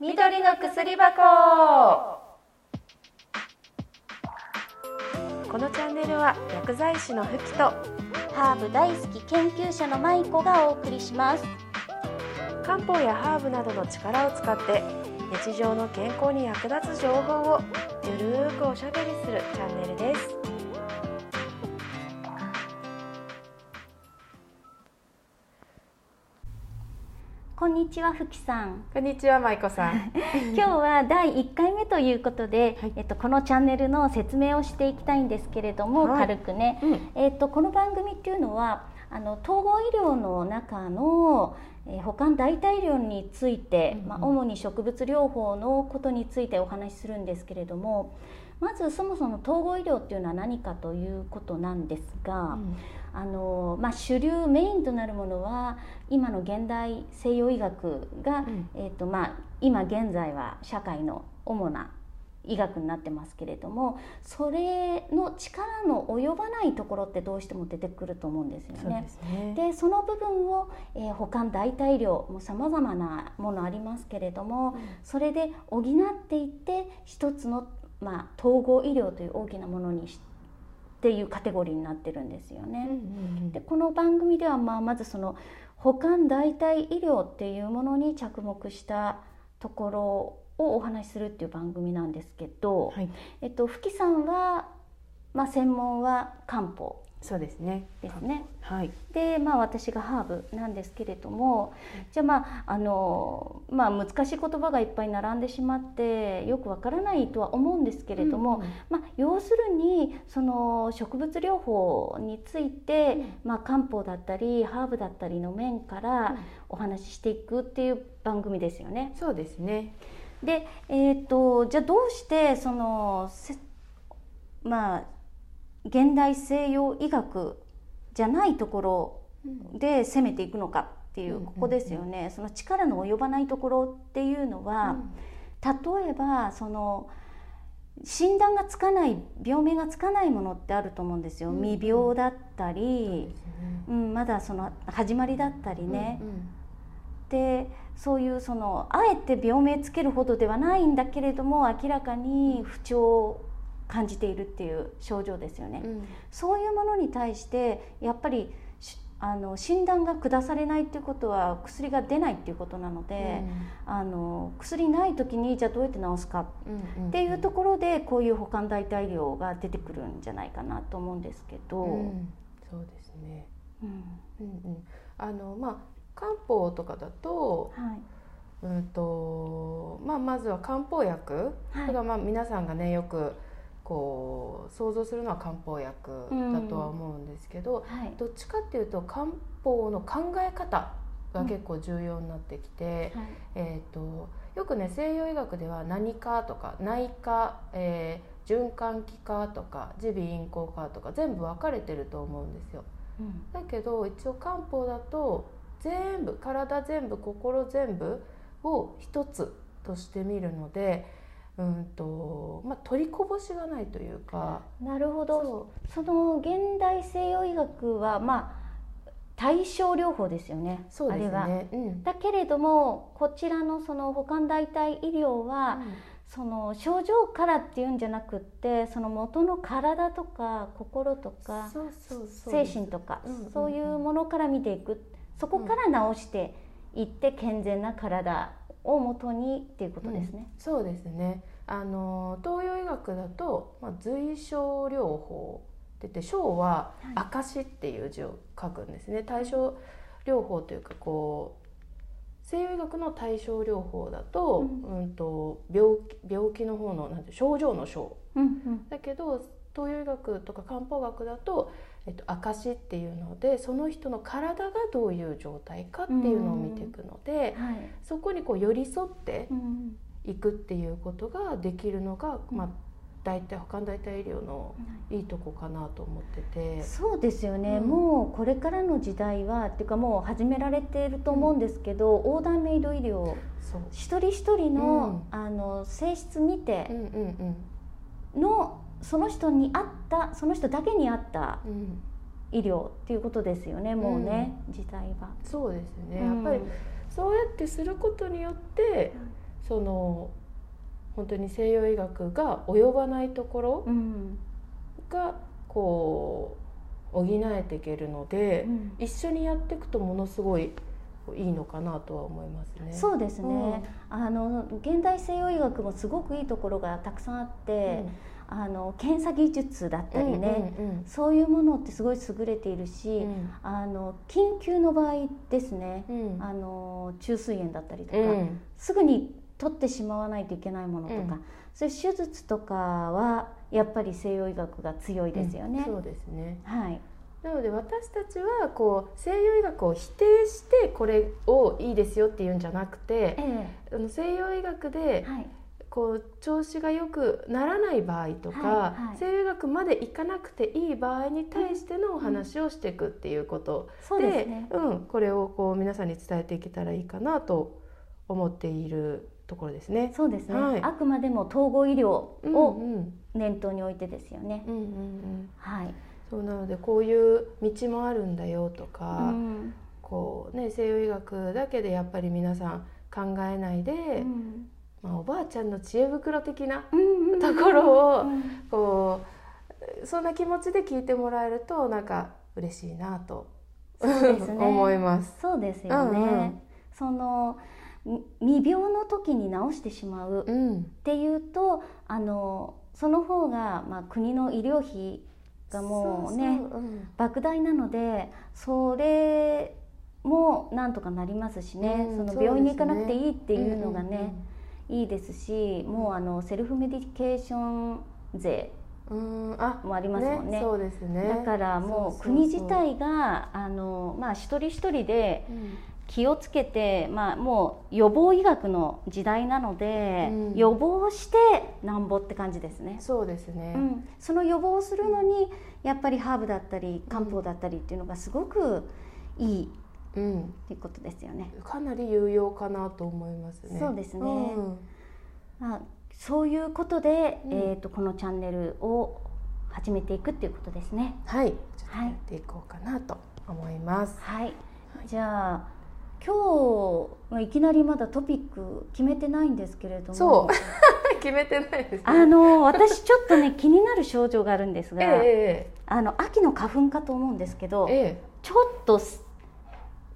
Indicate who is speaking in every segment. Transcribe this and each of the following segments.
Speaker 1: 緑の薬箱このチャンネルは薬剤師のふきと
Speaker 2: ハーブ大好き研究者のまいこがお送りします
Speaker 1: 漢方やハーブなどの力を使って日常の健康に役立つ情報をゆるーくおしゃべりするチャンネルです
Speaker 2: こんにちはふきさん
Speaker 1: こんにちはまいこさん
Speaker 2: 今日は第1回目ということで、
Speaker 1: はい
Speaker 2: えっと、このチャンネルの説明をしていきたいんですけれども、
Speaker 1: はい
Speaker 2: 軽くね、
Speaker 1: うん
Speaker 2: えっと、この番組っていうのはあの統合医療の中の、えー、保管代替医療について、
Speaker 1: うんうん
Speaker 2: まあ、主に植物療法のことについてお話しするんですけれどもまずそもそも統合医療っていうのは何かということなんですが。あのまあ、主流メインとなるものは今の現代西洋医学が、
Speaker 1: うん
Speaker 2: えーとまあ、今現在は社会の主な医学になってますけれどもそれの力の及ばないところってどうしても出てくると思うんですよ
Speaker 1: そう
Speaker 2: ね
Speaker 1: で。すね
Speaker 2: でその部分を、えー保管代替量もさまざまなものありますけれども、それで補っていって一つの、まあ、統合医療という大きなものにしっていうカテゴリーになってるんですよね。
Speaker 1: うん
Speaker 2: でこの番組ではまあまずその保管代替医療っていうものに着目したところをお話しするっていう番組なんですけど、
Speaker 1: はい
Speaker 2: えっと、福さんは、まあ、専門は漢方
Speaker 1: そうですね
Speaker 2: ですね。
Speaker 1: はい
Speaker 2: で、まあ、私がハーブなんですけれどもじゃあまああの、まあ、難しい言葉がいっぱい並んでしまってよくわからないとは思うんですけれども、まあ、要するにその植物療法について、まあ、漢方だったりハーブだったりの面か
Speaker 1: うん
Speaker 2: らお話ししていくっていう番組ですよね。
Speaker 1: そうですね
Speaker 2: で、えー、とじゃあどうしてそのせまあ現代西洋医学じゃないところで攻めていくのかっていう
Speaker 1: うん
Speaker 2: ここですよね、その力の及ばないところっていうのは、例えばその診断がつかない病名がつかないものってあると思うんですよ、
Speaker 1: うん
Speaker 2: 未病だった
Speaker 1: うん
Speaker 2: り、うん、まだその始まりだったりね、でそういうそのあえて病名つけるほどではないんだけれども明らかに不調を感じているっていう症状ですよね。
Speaker 1: うん
Speaker 2: そういうものに対してやっぱりしあの診断が下されないっていうことは薬が出ないっていうことなので、あの薬ない時にじゃあどうやって治すか
Speaker 1: うん
Speaker 2: っていうところでこういう保管代替量が出てくるんじゃないかなと思うんですけど、
Speaker 1: うんそうですね
Speaker 2: うん
Speaker 1: うんうんあのまあ漢方とかだと
Speaker 2: はい
Speaker 1: うんとまあまずは漢方薬
Speaker 2: はい
Speaker 1: これがまあ皆さんがねよくこう想像するのは漢方薬だとは思うんですけど、
Speaker 2: はい
Speaker 1: どっちかっていうと漢方の考え方が結構重要になってきて、
Speaker 2: はい
Speaker 1: えー、とよくね西洋医学では何かとか内科、えー循環器科とか耳鼻咽喉科とか全部分かれてると思うんですよ。
Speaker 2: うん
Speaker 1: だけど一応漢方だと全部体全部心全部を一つとして見るので、うんとまあ、取りこぼしがないというか。
Speaker 2: なるほどその現代西洋医学はまあ対症療法ですよね
Speaker 1: そうで
Speaker 2: あれ
Speaker 1: す
Speaker 2: は。
Speaker 1: ね。うん
Speaker 2: だけれどもこちらのその保管代替医療は、その症状からっていうんじゃなくってその元の体とか心とか
Speaker 1: そうそうそう
Speaker 2: 精神とか、
Speaker 1: うんうんうん
Speaker 2: そういうものから見ていくそこから直していって健全な体をもとにっていうことですね。
Speaker 1: そうですね。あの東洋医学だと、まあ、随症療法って言って症は「
Speaker 2: は
Speaker 1: 証」っていう字を書くんですね。対症療法というかこう西洋医学の対症療法だと,、
Speaker 2: う
Speaker 1: うん
Speaker 2: ん、
Speaker 1: と病気病気の方のなんて症状の症
Speaker 2: うんうん
Speaker 1: だけど東洋医学とか漢方学だと「えっと、証」っていうのでその人の体がどういう状態かっていうのを見ていくので、
Speaker 2: はい
Speaker 1: そこにこう寄り添って
Speaker 2: うん
Speaker 1: 行くっていうことができるのが、
Speaker 2: うん
Speaker 1: まあ大体他の代替医療のいいとこかなと思ってて、
Speaker 2: そうですよね、
Speaker 1: うん
Speaker 2: もうこれからの時代はっていうかもう始められていると思うんですけど、オーダーメイド医療
Speaker 1: そう、
Speaker 2: 一人一人の,、あの性質見
Speaker 1: う
Speaker 2: て
Speaker 1: んうんうん
Speaker 2: の、その人に合ったその人だけに合った
Speaker 1: うん、
Speaker 2: 医療っていうことですよねもうね、時代は。
Speaker 1: そうですね、
Speaker 2: うん
Speaker 1: やっぱりそうやってすることによって、その本当に西洋医学が及ばないところ
Speaker 2: うん
Speaker 1: がこう補えていけるので、
Speaker 2: うん
Speaker 1: 一緒にやっていくとものすごいいいのかなとは思いますね。
Speaker 2: そうですね、あの現代西洋医学もすごくいいところがたくさんあって、あの検査技術だったりね、
Speaker 1: うんうん
Speaker 2: そういうものってすごい優れているし、
Speaker 1: うん
Speaker 2: あの緊急の場合ですね、
Speaker 1: うん
Speaker 2: あの虫垂炎だったりとか、
Speaker 1: うん
Speaker 2: すぐに取ってしまわないといけないものとか、
Speaker 1: うん
Speaker 2: そういう手術とかはやっぱり西洋医学が強いですよね。
Speaker 1: そうですね
Speaker 2: はい、
Speaker 1: なので私たちはこう西洋医学を否定してこれをいいですよっていうんじゃなくて
Speaker 2: え
Speaker 1: あの西洋医学
Speaker 2: え
Speaker 1: で
Speaker 2: はい、
Speaker 1: こう調子が良くならない場合とか、
Speaker 2: はいはい
Speaker 1: 西洋医学まで行かなくていい場合に対してのお話をしていくっていうこと
Speaker 2: そうですね。
Speaker 1: うん、これをこう皆さんに伝えていけたらいいかなと思っているところですね。
Speaker 2: そうですね、
Speaker 1: はい
Speaker 2: あくまでも統合医療
Speaker 1: うん
Speaker 2: を
Speaker 1: うん
Speaker 2: 念頭に置いてですよね。
Speaker 1: うんうんうん、
Speaker 2: はい。
Speaker 1: そうなのでこういう道もあるんだよとか、
Speaker 2: うん
Speaker 1: こうね、西洋医学だけでやっぱり皆さん考えないで、
Speaker 2: うん
Speaker 1: まあ、おばあちゃんの知恵袋的な
Speaker 2: うんうん
Speaker 1: ところを、
Speaker 2: うん
Speaker 1: こうそんな気持ちで聞いてもらえるとなんか嬉しいなと、
Speaker 2: そうですね。
Speaker 1: 思います。
Speaker 2: そうですよね。
Speaker 1: うんうん
Speaker 2: そのみ未病の時に治してしまう
Speaker 1: うん、
Speaker 2: っていうと、あのその方がまあ国の医療費がもうね
Speaker 1: そそうん
Speaker 2: 莫大なので、それもなんとかなりますしね。
Speaker 1: う
Speaker 2: そ
Speaker 1: んそうです
Speaker 2: の
Speaker 1: ね
Speaker 2: 病院に行かなくていいっていうのがね。
Speaker 1: んうんうん
Speaker 2: いいですし、もうあのセルフメディケーション税
Speaker 1: うん、あ、
Speaker 2: もありますもんね。
Speaker 1: そうですね。
Speaker 2: だからもう
Speaker 1: そうそうそう
Speaker 2: 国自体があのまあ一人一人で
Speaker 1: うん
Speaker 2: 気をつけて、まあもう予防医学の時代なので、
Speaker 1: うん
Speaker 2: 予防してなんぼって感じですね。
Speaker 1: そうですね
Speaker 2: う。ん、その予防をするのにやっぱりハーブだったり漢方だったりっていうのがすごくいいっ
Speaker 1: うん、
Speaker 2: ていうことですよね。
Speaker 1: かなり有用かなと思いますね。
Speaker 2: そうですね
Speaker 1: うん
Speaker 2: まあ、そういうことで、
Speaker 1: うん
Speaker 2: えー、とこのチャンネルを始めていくっていうことですね。
Speaker 1: はい、ちょっと
Speaker 2: はい
Speaker 1: やっていこうかなと思います。
Speaker 2: はい、じゃあ今日まあいきなりまだトピック決めてないんですけれども
Speaker 1: そう 決めてないです、
Speaker 2: あの私ちょっとね気になる症状があるんです
Speaker 1: え
Speaker 2: が、
Speaker 1: え
Speaker 2: あの秋の花粉かと思うんですけど
Speaker 1: ええええ
Speaker 2: ちょっとす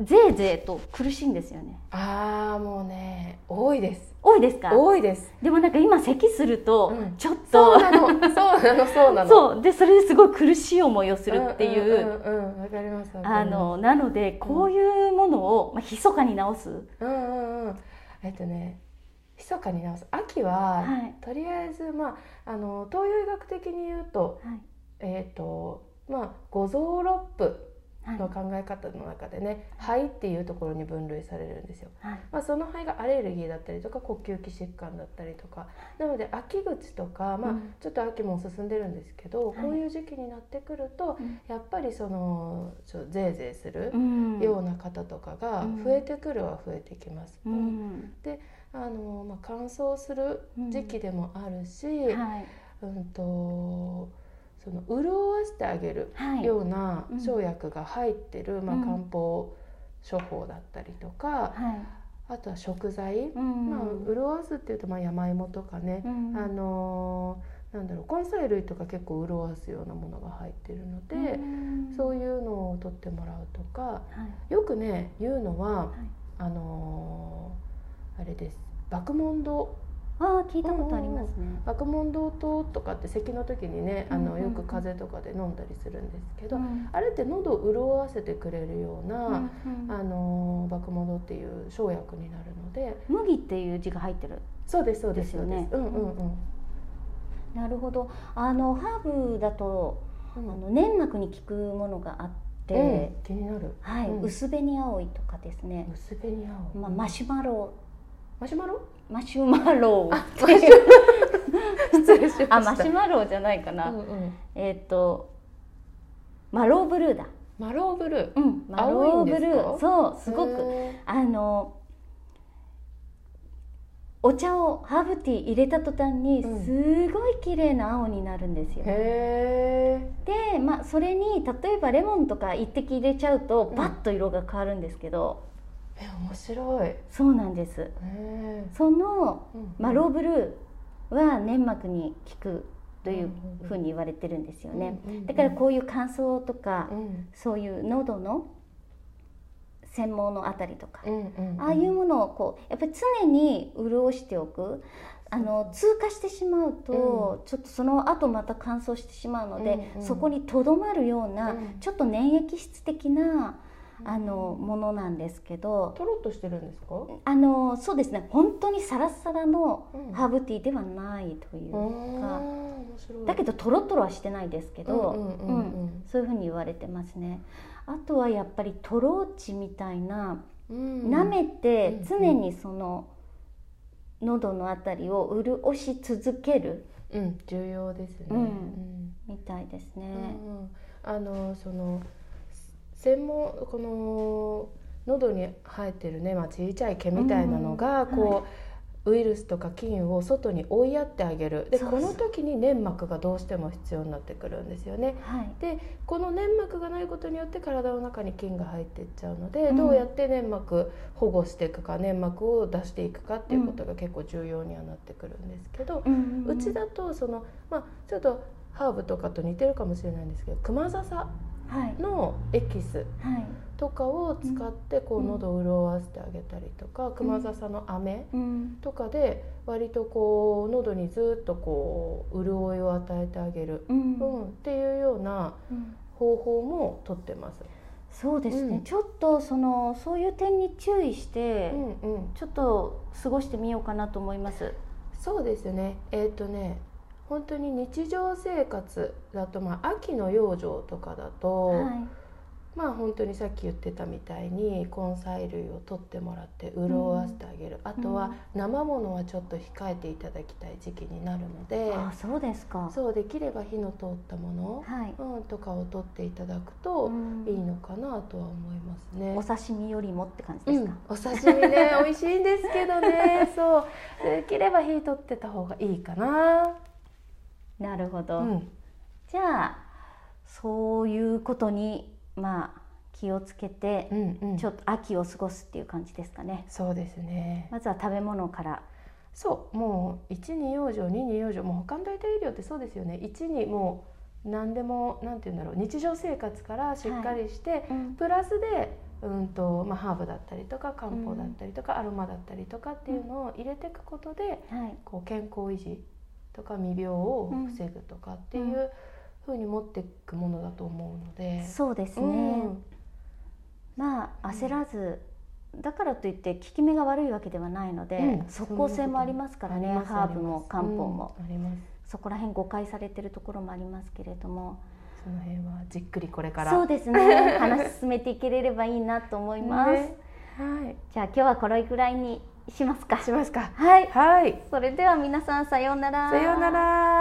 Speaker 2: ぜいぜいと苦しいんですよね
Speaker 1: ああ、もうね、多いです。
Speaker 2: 多いですか
Speaker 1: 多いです。
Speaker 2: でもなんか今咳すると、
Speaker 1: うん
Speaker 2: ちょっ
Speaker 1: そ
Speaker 2: と
Speaker 1: うなの、そうなの、そうなの。う
Speaker 2: そうでそれですごい苦しい思いをするっていう,、
Speaker 1: んうんうんうん、わかります。わか
Speaker 2: あ
Speaker 1: ります
Speaker 2: のなのでこういうものを、まあ、密かに治す、
Speaker 1: うんうんうんえっとね密かに直す秋は、
Speaker 2: はい
Speaker 1: とりあえずまああの東洋医学的に言うと
Speaker 2: はい
Speaker 1: えっ、とまあ五臓六腑
Speaker 2: はい
Speaker 1: の考え方の中でね、肺っていうところに分類されるんですよ。
Speaker 2: はい
Speaker 1: まあ、その肺がアレルギーだったりとか呼吸器疾患だったりとかなので秋口とか、まあ
Speaker 2: うん
Speaker 1: ちょっと秋も進んでるんですけど、
Speaker 2: はい
Speaker 1: こういう時期になってくると、
Speaker 2: うん
Speaker 1: やっぱりそのちょゼーゼーする
Speaker 2: うん
Speaker 1: ような方とかが
Speaker 2: うん
Speaker 1: 増えてくるは増えてきます。
Speaker 2: うん
Speaker 1: あのまあ、乾燥する時期でもあるし、うん
Speaker 2: はい
Speaker 1: とその潤わせてあげる
Speaker 2: はい
Speaker 1: ような
Speaker 2: うん
Speaker 1: 生薬が入ってる、まあ
Speaker 2: うん、
Speaker 1: 漢方処方だったりとか、
Speaker 2: はい
Speaker 1: あとは食材、
Speaker 2: うん
Speaker 1: まあ、潤わすっていうと、まあ、山芋とかね、
Speaker 2: うん
Speaker 1: あのーなんだろう根菜類とか結構潤わすようなものが入ってるので、
Speaker 2: ん
Speaker 1: そういうのを取ってもらうとか
Speaker 2: はい
Speaker 1: よくね言うのは、
Speaker 2: はい
Speaker 1: あのーあれです麦門堂
Speaker 2: ああ聞いたことありますね
Speaker 1: 麦門堂糖とかって咳の時にねあ
Speaker 2: うん
Speaker 1: の
Speaker 2: うんう
Speaker 1: よ
Speaker 2: ん
Speaker 1: く風邪とかで飲んだりするんですけど、
Speaker 2: うん
Speaker 1: あれって喉を潤わせてくれるような、
Speaker 2: うん
Speaker 1: あの麦門堂っていう生薬になるので
Speaker 2: 麦っていう字が入ってる
Speaker 1: そうですそうです
Speaker 2: ですよね
Speaker 1: そうですうんうん
Speaker 2: なるほどあのハーブだと
Speaker 1: う
Speaker 2: あ
Speaker 1: ん、うん
Speaker 2: の粘膜に効くものがあって、
Speaker 1: うん気になる
Speaker 2: はい、
Speaker 1: うん
Speaker 2: 薄紅青いとかですね、
Speaker 1: 薄紅青、
Speaker 2: まあ、マシュマロ
Speaker 1: マシュマロ
Speaker 2: マシュマロ
Speaker 1: あマシュマロ失礼しました
Speaker 2: あマシュマロじゃないかな、
Speaker 1: うんうん
Speaker 2: えっ、とマローブルーだ
Speaker 1: マローブルー
Speaker 2: うんマローブル
Speaker 1: 青いん
Speaker 2: ー
Speaker 1: です
Speaker 2: そうすごく
Speaker 1: へ
Speaker 2: あのお茶をハーブティー入れた途端に
Speaker 1: うん
Speaker 2: すごい綺麗な青になるんですよ、
Speaker 1: ーへ
Speaker 2: で、まあ、それに例えばレモンとか一滴入れちゃうと
Speaker 1: うん
Speaker 2: バッと色が変わるんですけど、
Speaker 1: ーえ面白い。
Speaker 2: そうなんです
Speaker 1: え
Speaker 2: その、
Speaker 1: ーうん
Speaker 2: まあ、ローブルーは粘膜に効くというふうに言われてるんですよね、
Speaker 1: うんうんうん
Speaker 2: だからこういう乾燥とか、
Speaker 1: うん
Speaker 2: そういう喉の専門のあたりとか、
Speaker 1: うんうんうん
Speaker 2: ああいうものをこうやっぱり常に潤しておくあの通過してしまうと、ちょっとその後また乾燥してしまうので、
Speaker 1: うんうん
Speaker 2: そこにとどまるような、
Speaker 1: うん
Speaker 2: ちょっと粘液質的な
Speaker 1: うん
Speaker 2: あのものなんですけど、
Speaker 1: とろっとしてるんですか？
Speaker 2: あのそうですね本当にサラッサラの
Speaker 1: うん
Speaker 2: ハーブティーではないという
Speaker 1: うー
Speaker 2: か、
Speaker 1: ん面白い。
Speaker 2: だけどトロトロはしてないですけど、
Speaker 1: うんうんうん
Speaker 2: そういうふうに言われてますね。あとはやっぱりトローチみたいな、
Speaker 1: うんうん
Speaker 2: 舐めて
Speaker 1: うん
Speaker 2: 常にその喉のあたりを潤し続ける
Speaker 1: うん重要ですね。
Speaker 2: うん
Speaker 1: うん
Speaker 2: みたいです
Speaker 1: う
Speaker 2: ね。
Speaker 1: んあのその専門この喉に生えてるね、まあ、小さい毛みたいなのが、
Speaker 2: うん
Speaker 1: こう、ウイルスとか菌を外に追いやってあげるで
Speaker 2: そう
Speaker 1: こ
Speaker 2: そう
Speaker 1: の時に粘膜がどうしても必要になってくるんですよね。
Speaker 2: はい、
Speaker 1: でこの粘膜がないことによって体の中に菌が入っていっちゃうので、
Speaker 2: うん
Speaker 1: どうやって粘膜保護していくか粘膜を出していくかっていうことが結構重要にはなってくるんですけど、
Speaker 2: うん
Speaker 1: うちだとその、まあ、ちょっとハーブとかと似てるかもしれないんですけどクマザサ
Speaker 2: はい
Speaker 1: のエキス
Speaker 2: はい、
Speaker 1: とかを使ってこう
Speaker 2: うん
Speaker 1: 喉を潤わせてあげたりとか、クマザサの飴
Speaker 2: うん、
Speaker 1: とかで割とこう喉にずっとこう潤いを与えてあげる、
Speaker 2: うん、
Speaker 1: うん、っていうような
Speaker 2: うん
Speaker 1: 方法もとってます。
Speaker 2: そうですね、
Speaker 1: うん
Speaker 2: ちょっとそのそういう点に注意して、
Speaker 1: うんうん、
Speaker 2: ちょっと過ごしてみようかなと思います。
Speaker 1: そうですね。えっ、とね、本当に日常生活だとまあ秋の養生とかだと、
Speaker 2: は
Speaker 1: まあ本当にさっき言ってたみたいに根菜類を取ってもらって潤わせてあげる。あとは生ものはちょっと控えていただきたい時期になるの
Speaker 2: い、
Speaker 1: で、
Speaker 2: あそうですか。
Speaker 1: そうできれば火の通ったもの、
Speaker 2: はい、
Speaker 1: うんとかを取っていただく
Speaker 2: う
Speaker 1: と
Speaker 2: ん
Speaker 1: いいのかなとは思いますね。
Speaker 2: お刺身よりもって感じ
Speaker 1: う
Speaker 2: です
Speaker 1: ん
Speaker 2: か。、
Speaker 1: お刺身 ね美味しいんですけどねそうできれば火取ってた方がいいかな、
Speaker 2: なるほど。
Speaker 1: うん、
Speaker 2: じゃあそういうことにまあ気をつけて
Speaker 1: う、んうん
Speaker 2: ちょっと秋を過ごすっていう感じですかね。
Speaker 1: そうですね
Speaker 2: まずは食べ物から。
Speaker 1: そうもう1に養生2に養生もう他の代替医療ってそうですよね1にもう何でもなんて言うんだろう日常生活からしっかりして、プラスでうんとまあ、ハーブだったりとか漢方だったりとか、アロマだったりとかっていうのを入れていくことで、
Speaker 2: はい。
Speaker 1: こう健康維持とか未病を防ぐとかっていう風に持っていくものだと思うので、
Speaker 2: そうです
Speaker 1: う
Speaker 2: ね。
Speaker 1: ん
Speaker 2: まあ焦らず。だからといって効き目が悪いわけではないので、
Speaker 1: うん
Speaker 2: 即効性もありますからね
Speaker 1: あります
Speaker 2: ハーブも
Speaker 1: あ
Speaker 2: 漢
Speaker 1: り
Speaker 2: 方
Speaker 1: ます
Speaker 2: も、
Speaker 1: うんあります。
Speaker 2: そこら辺誤解されてるところもありますけれども
Speaker 1: その辺はじっくりこれから
Speaker 2: そうですね 話進めていけれればいいなと思います、
Speaker 1: ねは
Speaker 2: じゃあ今日はこれぐらいにしますか
Speaker 1: い。しますか。
Speaker 2: はい
Speaker 1: はい。
Speaker 2: それでは皆さんさようなら
Speaker 1: さようなら。